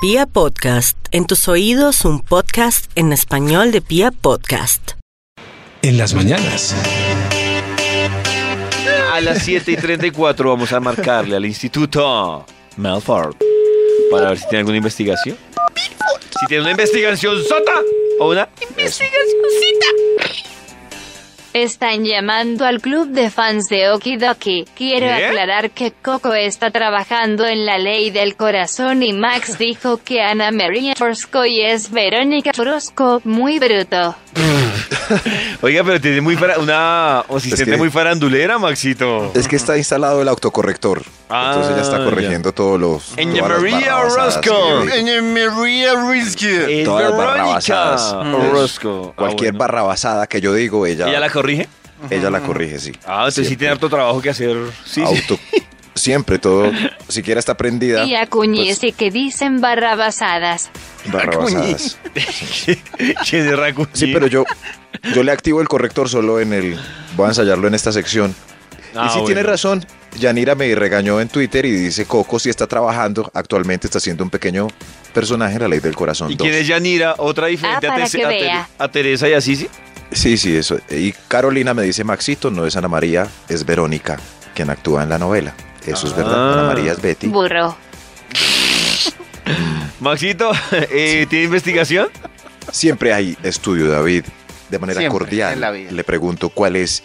Pia Podcast, en tus oídos un podcast en español de Pia Podcast. En las mañanas. A las 7 y 34 vamos a marcarle al Instituto Melford para ver si tiene alguna investigación. Si tiene una investigación sota o una. Están llamando al club de fans de Okidoki. Quiero ¿Qué? aclarar que Coco está trabajando en la ley del corazón y Max dijo que Ana María Forskoy es Verónica Orozco, muy bruto. Oiga, pero tiene muy fara- una asistente Es que- muy farandulera, Maxito. Es que está instalado el autocorrector. Ah, entonces ya está corrigiendo todos los. Eña todas las María barrabasadas Orozco. que- Doña María Risky. Es todas las Verónica barrabasadas. Ah, Mm. Orozco. Cualquier Ah, bueno. barrabasada que yo digo, ella, ¿Ella la corrige? ella la corrige, sí. Ah, entonces sí Siempre. tiene harto trabajo que hacer. Sí, sí. Auto- Siempre todo, siquiera está prendida. Y acuñese que dicen barrabasadas. Barrabasadas. ¿Quién es Racuñi? Sí, pero yo, yo le activo el corrector solo en el. Voy a ensayarlo en esta sección. Ah, y sí bueno. tiene razón. Yanira me regañó en Twitter y dice: Coco sí está trabajando. Actualmente está haciendo un pequeño personaje en la ley del corazón. ¿Y dos". quién es Yanira? Otra diferente Ah, a, para Tese- que a Tere- vea. a Teresa y así, sí. Sí, sí, eso. Y Carolina me dice, Maxito, no es Ana María, es Verónica, quien actúa en la novela. Eso es Ah. verdad, Ana María es Betty. Burro. Maxito, eh, ¿tiene investigación? Siempre hay estudio, David. De manera Siempre, en la cordial, vida. le pregunto cuál es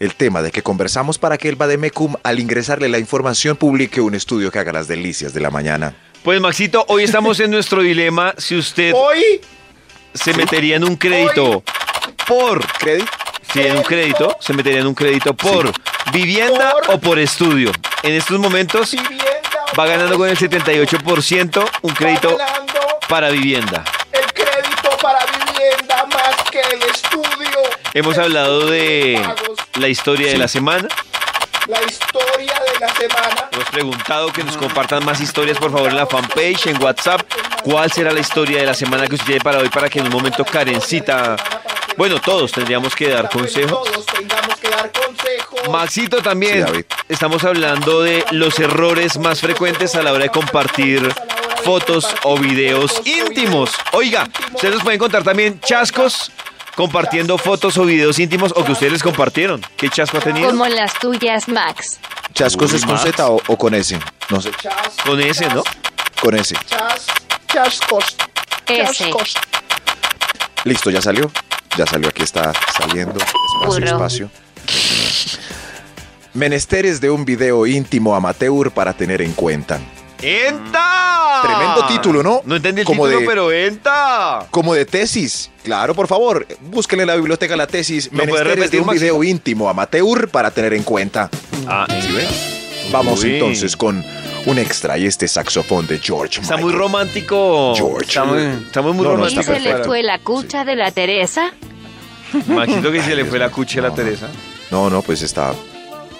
el tema de que conversamos para que el Bademecum, al ingresarle la información, publique un estudio que haga las delicias de la mañana. Pues Maxito, hoy estamos en nuestro dilema si usted Hoy, se metería en un crédito por ¿Credi? si en un crédito se metería en un crédito por vivienda Por- o por estudio. En estos momentos va ganando con el 78% un crédito para vivienda. El crédito para vivienda más que el estudio. Hemos hablado de la historia de la semana. La historia de la semana. Hemos preguntado que nos compartan más historias, por favor, en la fanpage, en WhatsApp. ¿Cuál será la historia de la semana que usted tiene para hoy para que en un momento Karencita... Bueno, todos tendríamos que dar consejo. Todos tengamos que dar consejos. Maxito Sí, también. David. Estamos hablando de los errores más frecuentes a la hora de compartir fotos o videos íntimos. Oiga, ustedes nos pueden contar también chascos compartiendo fotos o videos íntimos o que ustedes les compartieron. ¿Qué chasco ha tenido? Como las tuyas, Max. ¿Chascos Uy, es con Max. Z o, o con S? No sé, Chas, Con ese, ¿no? con S. chas, chascos. Ese. Chascos. Listo, ya salió. Ya salió, aquí está saliendo. Espacio, Burro. espacio. Menesteres de un video íntimo amateur para tener en cuenta. ¡Enta! Tremendo título, ¿no? No entendí el Como título, de- pero ¡Enta! Como de tesis. Claro, por favor, búsquenle en la biblioteca la tesis. ¿Me puede Menesteres de repetir, un Maxito? video íntimo amateur para tener en cuenta. Ah, ¿Sí ve? Vamos Uy. entonces con un extra y este saxofón de George. Está muy Michael. romántico. George. Está muy, está muy, muy No, no, ¿Y romántico. está se le perfecto. fue la cucha de la Teresa? Maxito que se le Dios fue la mío. cucha a la No, no. Teresa. No, no, pues está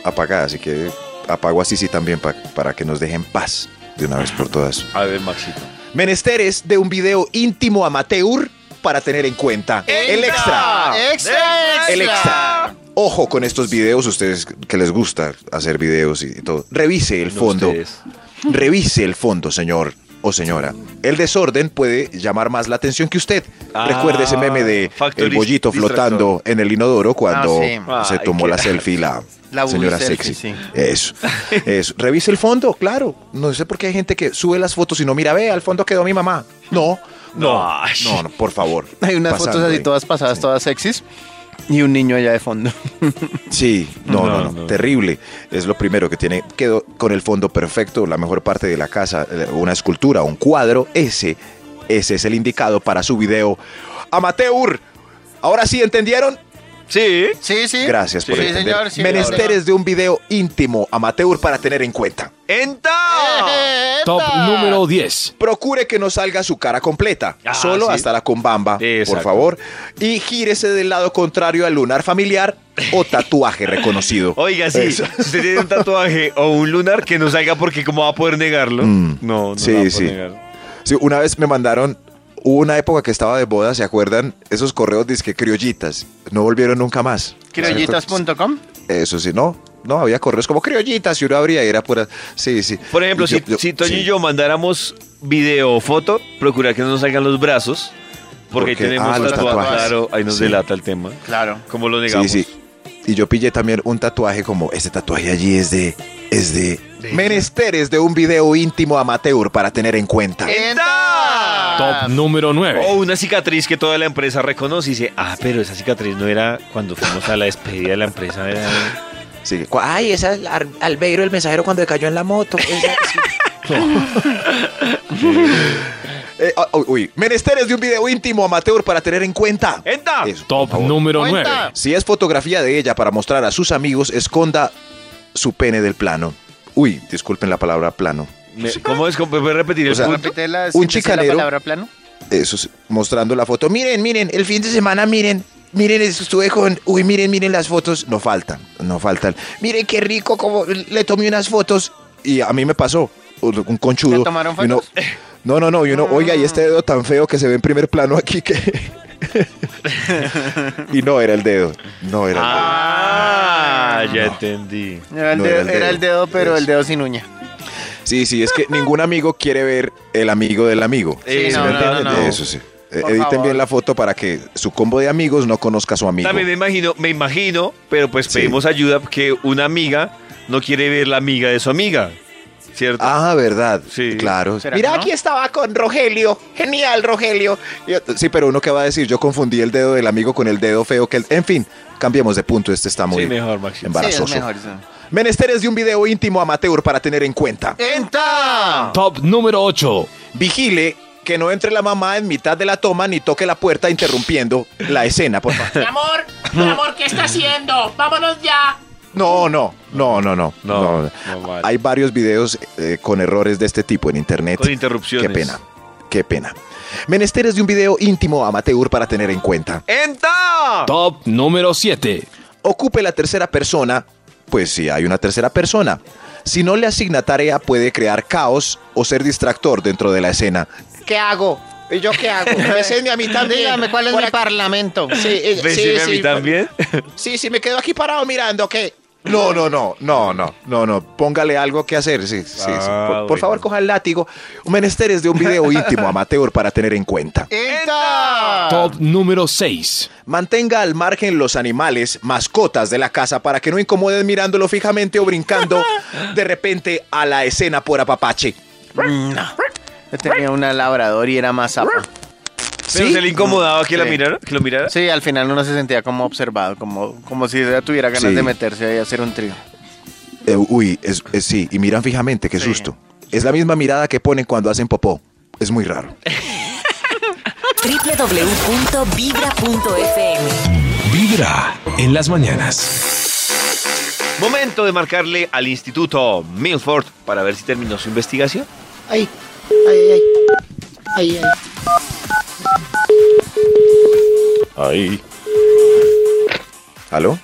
apagada, así que apago así sí también pa- para que nos dejen paz de una vez por todas. A ver, Maxito. Menesteres de un video íntimo amateur para tener en cuenta. El extra. Extra. El extra. Ojo con estos videos, ustedes que les gusta hacer videos y todo. Revise el No, fondo. ustedes. Revise el fondo, señor o señora. El desorden puede llamar más la atención que usted. Ah, Recuerde ese meme de factor el bollito dis- distractor. flotando en el inodoro cuando Ah, sí. se Ay, tomó qué- la selfie la, La booby señora selfie, sexy. sí. Eso, eso. Revise el fondo, claro. No sé por qué hay gente que sube las fotos y no mira, ve, al fondo quedó mi mamá. No, no, Ay. no, no, por favor. Hay unas Pasando fotos así ahí. todas pasadas, Sí. todas sexys. Y un niño allá de fondo. Sí, no, no, No, no, no. terrible. Es lo primero que tiene. Quedó con el fondo perfecto, la mejor parte de la casa, eh, una escultura, un cuadro. Ese, ese es el indicado para su video. Amateur, ahora sí entendieron. Sí. Sí, sí. Gracias por Sí, entender. señor, sí, Menesteres de un video íntimo amateur para tener en cuenta. ¡Enta! Top número 10. Procure que no salga su cara completa, Ah, solo sí. hasta la combamba, Exacto. por favor. Y gírese del lado contrario al lunar familiar o tatuaje reconocido. Oiga, sí, si Eso. usted tiene un tatuaje o un lunar que no salga porque cómo va a poder negarlo. Mm. No, no Sí, lo va a poder sí. negar. Sí, una vez me mandaron, hubo una época que estaba de boda, ¿se acuerdan? Esos correos disque criollitas, no volvieron nunca más. Criollitas.com. Eso sí, no, no, había correos como criollitas y uno abría y era pura, sí, sí. Por ejemplo, Y yo- si, yo- si Toño sí. y yo mandáramos video o foto, procurar que no nos salgan los brazos, porque, ahí Porque- tenemos ah, los tatuajes. tatuajes. Claro, ahí nos Sí. delata el tema. Claro. Como lo Sí, negamos. sí. Y yo pillé también un tatuaje como ese tatuaje allí es de es de menesteres de un video íntimo amateur para tener en cuenta. ¡Entra! Top número 9. O una cicatriz que toda la empresa reconoce y dice, ah, pero esa cicatriz no era cuando fuimos a la despedida de la empresa. era- Sí. Cu- Ay, esa es Ar- Albeiro, el mensajero, cuando se cayó en la moto. Esa- Eh, ah, uy, uy. Menesteres de un video íntimo amateur para tener en cuenta. ¡Enta! Eso, por Top favor. número 9. Cuenta. Si es fotografía de ella para mostrar a sus amigos, esconda su pene del plano. Uy, disculpen la palabra plano. Me- ¿Cómo es? ¿Cómo- ¿Puedes repetir el O sea, punto? Repítela, Un sin decir chicanero. La palabra plano. Eso sí, mostrando la foto. Miren, miren, el fin de semana, miren. Miren, estuve con... Uy, miren, miren las fotos. No faltan, no faltan. Miren qué rico, como le tomé unas fotos. Y a mí me pasó un un conchudo. ¿Te tomaron y uno- fotos? Ah. no, no, no. Y uno, oiga, y este dedo tan feo que se ve en primer plano aquí que... y no era el dedo. No era el dedo. Ah, ya No. entendí. Era el, No, dedo, era el dedo, pero Eso. el dedo sin uña. Sí, sí, es que ningún amigo quiere ver el amigo del amigo. Sí, ¿Sí no, me no, entienden? no, no. Eso sí. Eh, Por Editen favor. bien la foto para que su combo de amigos no conozca a su amigo. También me imagino, me imagino, pero pues Sí. pedimos ayuda porque una amiga no quiere ver la amiga de su amiga, ¿cierto? Ah, verdad. Sí. Claro. ¿Será Mira, que no? aquí estaba con Rogelio. Genial, Rogelio. Yo- Sí, pero uno que va a decir, yo confundí el dedo del amigo con el dedo feo que el... En fin, cambiemos de punto, este está muy sí, mejor, Maxi. Sí, embarazoso. es mejor eso. Menesteres de un video íntimo amateur para tener en cuenta. ¡Enta! Top número 8. Vigile que no entre la mamá en mitad de la toma ni toque la puerta interrumpiendo la escena, por favor. Mi amor, mi amor, ¿qué está haciendo? Vámonos ya. No, no, no, no, no. No, no. no vale. Hay varios videos eh, con errores de este tipo en internet. Con interrupciones. Qué pena, qué pena. Menesteres de un video íntimo amateur para tener en cuenta. ¡Enta! Top número 7. Ocupe la tercera persona, pues si hay una tercera persona. Si no le asigna tarea puede crear caos o ser distractor dentro de la escena. ¿Qué hago? ¿Y yo qué hago? Bésenme a mí también. Dígame, ¿cuál es Por mi aquí- parlamento? Sí, eh, sí, Decime Pues a mí sí, también. sí, sí, me quedo aquí parado mirando, ¿qué? Eh, No, no, no, no, no, no, no. Póngale algo que hacer. Sí, sí, sí. Por, Ah, por bueno. favor, coja el látigo. Menesteres de un video íntimo amateur para tener en cuenta. Ah. ¡Enta! Top número 6. Mantenga al margen los animales, mascotas de la casa para que no incomoden mirándolo fijamente o brincando de repente a la escena por apapache. Yo tenía una labrador y era más zapa. ¿Pero se le incomodaba que la Sí. mirara? ¿Que lo mirara? Sí, al final uno se sentía como observado, como, como si ella tuviera ganas Sí. de meterse ahí a hacer un trío. Eh, uy, es, es- sí, y miran fijamente, qué Sí. susto. Es la misma mirada que ponen cuando hacen popó. Es muy raro. www.vibra.fm Vibra en las mañanas. Momento de marcarle al Instituto Milford para ver si terminó su investigación. Ahí, ahí, ahí. Ahí, ahí. ¿Aló?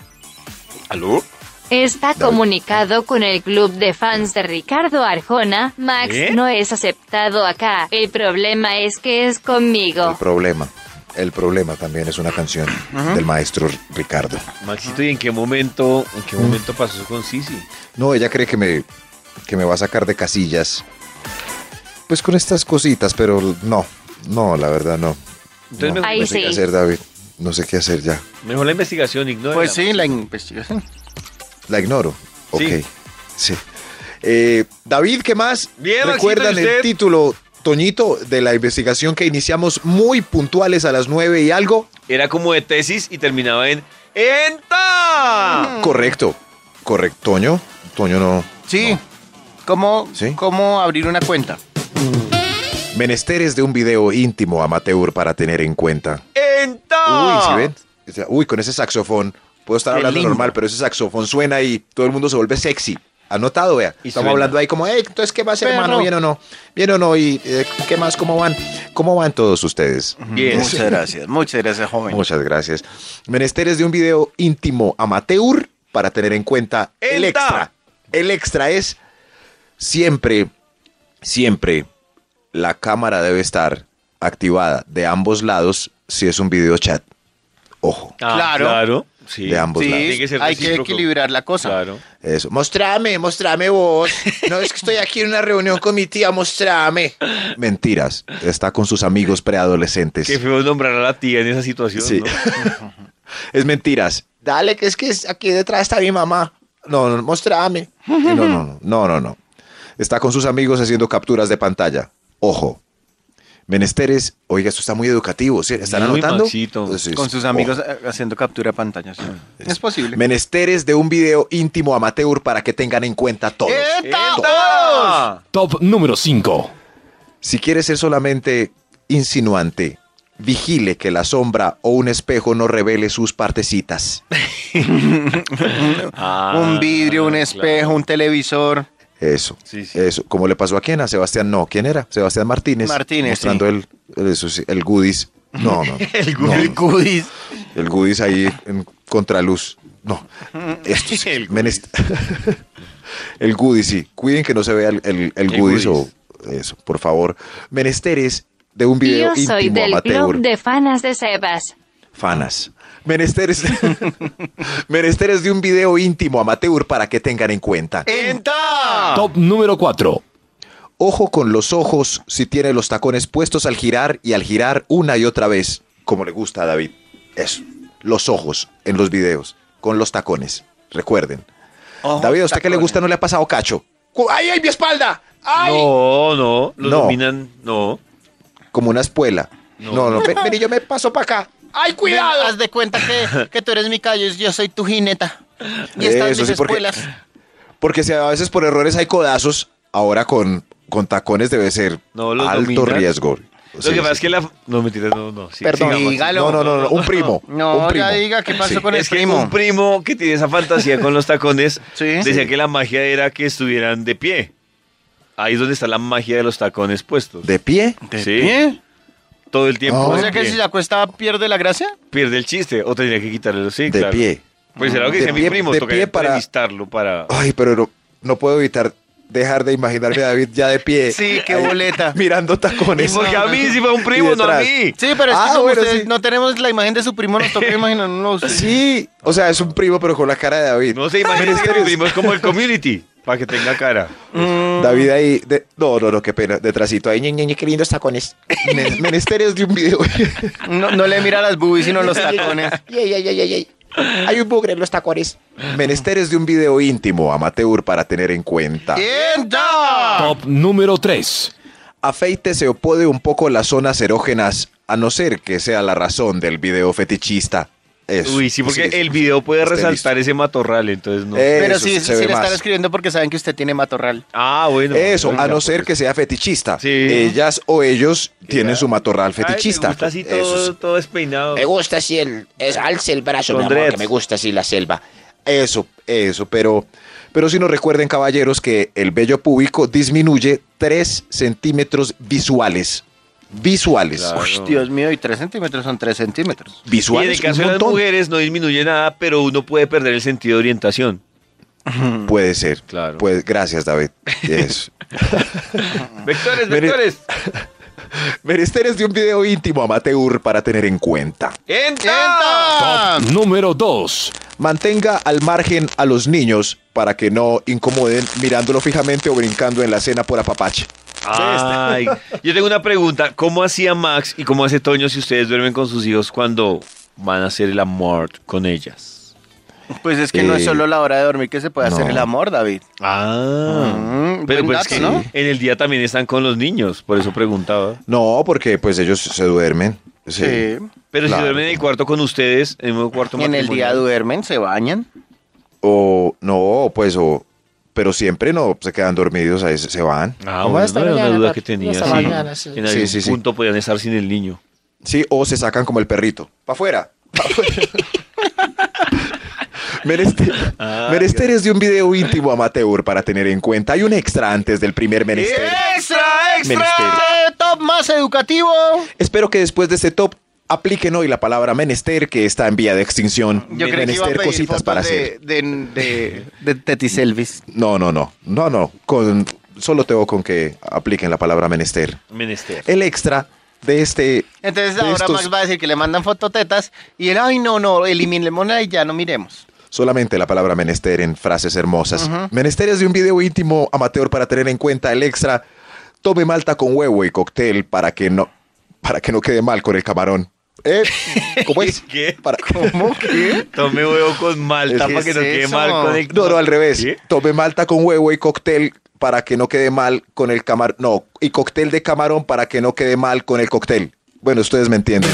Está comunicado con el club de fans de Ricardo Arjona. Max ¿Eh? no es aceptado acá. El problema es que es El conmigo. problema. El problema también es una canción del maestro Ricardo. Maxito, ¿y en qué momento, en Mm. qué momento pasó eso con Sisi? No, ella cree que me, que me va a sacar de casillas. Pues con estas cositas, pero no, no, la verdad no. Entonces, no, mejor, Ahí no la sé qué sí. hacer, David. No sé qué hacer ya. investi- mejor la investigación, ignora. Pues sí, la investigación. La ignoro. Sí. Ok. Sí. Eh, David, ¿qué más? Bien, Maxito, ¿Recuerdan ¿y el usted? título, Toñito, de la investigación que iniciamos muy puntuales a las nueve y algo? Era como de tesis y terminaba en ¡Enta! Correcto. Correcto. Toño. Toño no. Sí. ¿Cómo, Sí. ¿Cómo abrir una cuenta? Menesteres de un video íntimo amateur para tener en cuenta. ¡Enta! Uy, ¿sí ven? O sea, Uy, con ese saxofón. Puedo estar Qué hablando lindo. normal, pero ese saxofón suena y todo el mundo se vuelve sexy. Anotado, vea. Y Estamos suena. hablando ahí como, hey, entonces, ¿qué más, Perro. hermano? ¿Bien o no? ¿Bien o no? ¿Y eh, qué más? ¿Cómo van? ¿Cómo van todos ustedes? Bien. Muchas gracias, muchas gracias, joven. Muchas gracias. Menesteres de un video íntimo amateur para tener en cuenta el ¡Eta! extra. El extra es siempre, siempre la cámara debe estar activada de ambos lados si es un video chat. ojo claro. Ah, Claro. Sí. de ambos Sí, lados. pues tiene que ser hay que recíproco. equilibrar la cosa. Claro. Eso. Mostrame, mostrame vos. No es que estoy aquí en una reunión con mi tía, mostrame. Mentiras. Está con sus amigos preadolescentes. Qué feo nombrar a la tía en esa situación. Sí. ¿no? es mentiras. Dale, que es que es- aquí detrás está mi mamá. No, no, no. Mostrame. Eh, No, no, no, no, no, no. Está con sus amigos haciendo capturas de pantalla. Ojo. Menesteres, oiga, esto está muy educativo. ¿sí? ¿Están Muy anotando? Maxito. Pues, sí, Con sus ojo. amigos eh, haciendo captura de pantalla. sí. Es posible. Menesteres de un video íntimo amateur para que tengan en cuenta todo. ¡Eh, Eh, ¡Eta! Top número 5. Si quiere ser solamente insinuante, vigile que la sombra o un espejo no revele sus partecitas. Ah, un vidrio, un claro. espejo, un televisor. Eso. Sí, sí. Eso. Como le pasó a quién, a Sebastián, no. ¿Quién era? Sebastián Martínez. Martínez, Mostrando el, el, eso sí, el goodies. No, no. el El goodies. El Goodies ahí en contraluz. No. Esto sí. El Menest- el Goodies, sí. Cuiden que no se vea el, el, el El Goodies o Goodies. eso, por favor. Menesteres de un video Yo soy íntimo del amateur. club de fanas de Sebas. Fanas. Menesteres. Menesteres de un video íntimo amateur para que tengan en cuenta. ¡Enta! Top número 4. Ojo con los ojos si tiene los tacones puestos al girar y al girar una y otra vez, como le gusta a David. Eso, los ojos en los videos, con los tacones, recuerden. David, ¿a usted qué le gusta? ¿No le ha pasado cacho? Cu- ¡Ay, ay, mi espalda! ¡Ay! No, no. Lo No. dominan. No. Como una espuela. No. No, no, ven, ven y yo me... Paso para acá. ¡Ay, Cuidado. cuidado! haz de cuenta que, que tú eres mi caballo y yo soy tu jineta. Y estas Eso mis sí, porque- espuelas. Porque si a veces por errores hay codazos, ahora con, con tacones debe ser No, los alto dominan. riesgo. Lo Sí, que pasa sí. es que la. No, mentira, no, no. sí, Perdón. sigamos. Diga- No, no, no, no, un primo. No, un primo. ya diga qué pasó Sí. con el Es que primo. un primo que tiene esa fantasía con los tacones Sí. decía que la magia era que estuvieran de pie. Ahí es donde está la magia de los tacones puestos. ¿De pie? ¿De Sí. pie? Todo el tiempo. No. ¿Eh? O de sea que pie. si la cuesta pierde la gracia. Pierde el chiste o tendría que quitarle los sí, De claro. pie. Pues será lo que De decía mi pie- primo, de toca pie para- entrevistarlo para... Ay, pero no, no puedo evitar dejar de imaginarme a David ya de pie. Sí, qué Ahí, boleta. Mirando tacones. Porque a mí sí fue un Y primo, no a detrás. mí. Sí, pero es Ah, que como bueno, ustedes sí. no tenemos la imagen de su primo, nos toca imaginarnos. Sí, o sea, es un primo, pero con la cara de David. No se imaginen que mi primo es como el community, para que tenga cara. David ahí. de- no, no, no, qué pena. Detrásito ahí. Ñe, Ñe, Ñe, qué lindos tacones. men- Menesteres de un video. No, no le mira las boobies, sino los tacones. Yey, yey, yey, yey, yey. Hay un bugre en los tacones. Menesteres de un video íntimo, amateur, para tener en cuenta. ¡Sienta! Ah. Top número 3. Afeítese o pode un poco las zonas erógenas, a no ser que sea la razón del video fetichista. Eso. Uy, sí, porque Así es. el video puede Esté resaltar ese matorral, entonces no... Eh, Pero Eso sí, se sí ve le están más. escribiendo porque saben que usted tiene matorral. ah, bueno. Eso, Oiga, a no ser pues, que sea fetichista. Sí. Ellas o ellos tienen ya. su matorral ay, fetichista. me gusta así Eso todo, sí. todo despeinado. Me gusta así el. Es, alce el brazo, Con mi amor, que dreads. me gusta así la selva. Eso, eso, pero, pero si nos recuerden, caballeros, que el vello púbico disminuye 3 centímetros visuales. Visuales. Claro. Uy, Uy, Dios mío, y tres centímetros son tres centímetros. Y en Visuales. el caso de un las montón. mujeres no disminuye nada, pero uno puede perder el sentido de orientación. Puede ser. Claro. Pues, gracias, David. Eso. Vectores, Mire. vectores. Menesteres de un video íntimo amateur para tener en cuenta. ¡Entra! Top número 2. Mantenga al margen a los niños para que no incomoden mirándolo fijamente o brincando en la cena por apapache. Ay, yo tengo una pregunta. ¿Cómo hacía Max y cómo hace Toño si ustedes duermen con sus hijos cuando van a hacer el amor con ellas? Pues es que no es Eh, solo la hora de dormir que se puede hacer no. el amor, David. Ah, Mm, pero pues buen dato, que ¿no? en el día también están con los niños, por eso preguntaba. No, porque pues ellos se duermen. Sí. Pero si Claro. duermen en el cuarto con ustedes, en un cuarto En el día matrimonial. duermen, se bañan. O no, pues o pero siempre no se quedan dormidos, ahí se se van. Ah, bueno, no era una duda que tenía. hasta sí. mañana, sí. En Sí, algún sí, sí. punto podían estar sin el niño. Sí, o se sacan como el perrito. Pa' afuera. pa' afuera. Menester- Ah, menesteres este, de un video íntimo amateur para tener en cuenta. Hay un extra antes del primer menester. ¡Eh! ¡Extra, Menester. Este top más educativo. Espero que después de este top apliquen hoy la palabra menester que está en vía de extinción. Yo creo que iba a menester pedir cositas fotos para de, hacer. de, de, de Teti Selvis. No, no, no. No, no. Con solo tengo con que apliquen la palabra menester. Menester. El extra de este. Entonces de ahora estos- Max va a decir que le mandan fototetas y él, ay, no, no, eliminemos y ya no miremos. Solamente la palabra menester en frases hermosas. Menesteres de un video íntimo amateur para tener en cuenta el extra. Tome malta con huevo y cóctel para que no, para que no quede mal con el camarón. ¿Eh? ¿Cómo es? ¿Qué? Para- Tome huevo con malta ¿Qué para que es no quede eso? mal con el... No, no, al revés. ¿Qué? Tome malta con huevo y cóctel para que no quede mal con el camarón. No, y cóctel de camarón para que no quede mal con el cóctel. Bueno, ustedes me entienden.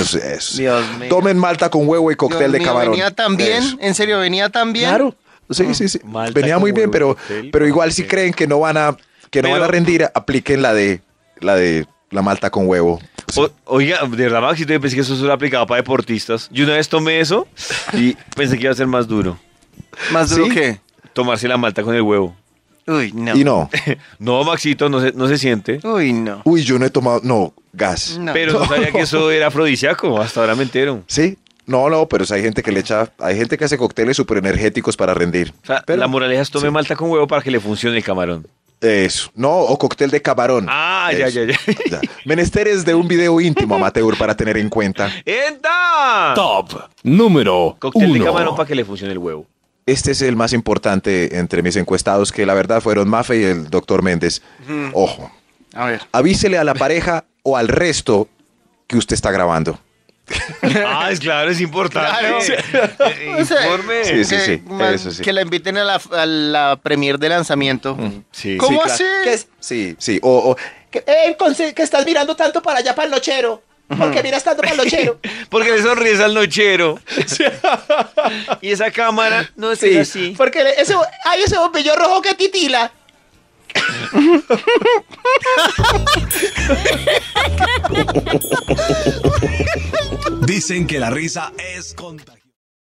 Eso es- eso. Dios mío. Tomen malta con huevo y cóctel Dios de mío, camarón. Venía tan bien, Eso. en serio, venía tan bien. Claro. Sí, sí, sí. Ah, Malta Venía con muy bien, huevo y pero, cóctel. pero igual si creen que no van a, que no Pero- van a rendir, apliquen la de la de la malta con huevo. O- oiga, de verdad, Maxito, yo pensé que eso solo aplicaba para deportistas. Yo una vez tomé eso y pensé que iba a ser más duro. ¿Más duro ¿Sí? que? Tomarse la malta con el huevo. Uy, no. Y no. No, Maxito, no se, no se siente. Uy, no. Uy, yo no he tomado. No, gas. No. Pero no sabía que eso era afrodisíaco. Hasta ahora me entero. Sí. No, no, pero hay gente que le echa, hay gente que hace cócteles súper energéticos para rendir. O sea, Pero- la moraleja es tome malta con huevo para que le funcione el camarón. Eso. No, o cóctel de camarón. Ah, ya, Eso. ya, ya. Menesteres de un video íntimo amateur para tener en cuenta. ¡Enta! Top número Cóctel de camarón para uno. que le funcione el huevo. Este es el más importante entre mis encuestados, que la verdad fueron Mafe y el doctor Méndez. Ojo, A ver. avísele a la pareja o al resto que usted está grabando. Ah, es claro, es importante. Claro. Eh, O sea, Informe. Sí, sí, que- sí, man, eso sí. Que la inviten a la, a la premier de lanzamiento. Sí. ¿Cómo claro. así? Eh. ¿Qué es? Sí, sí. O, o- Que, eh, conse- que estás mirando tanto para allá, para el nochero. Porque miras tanto para el nochero. Porque le sonríes al nochero. y esa cámara no es así. Porque le- ese, hay ese bombillo rojo que titila. Dicen que la risa es contagiosa.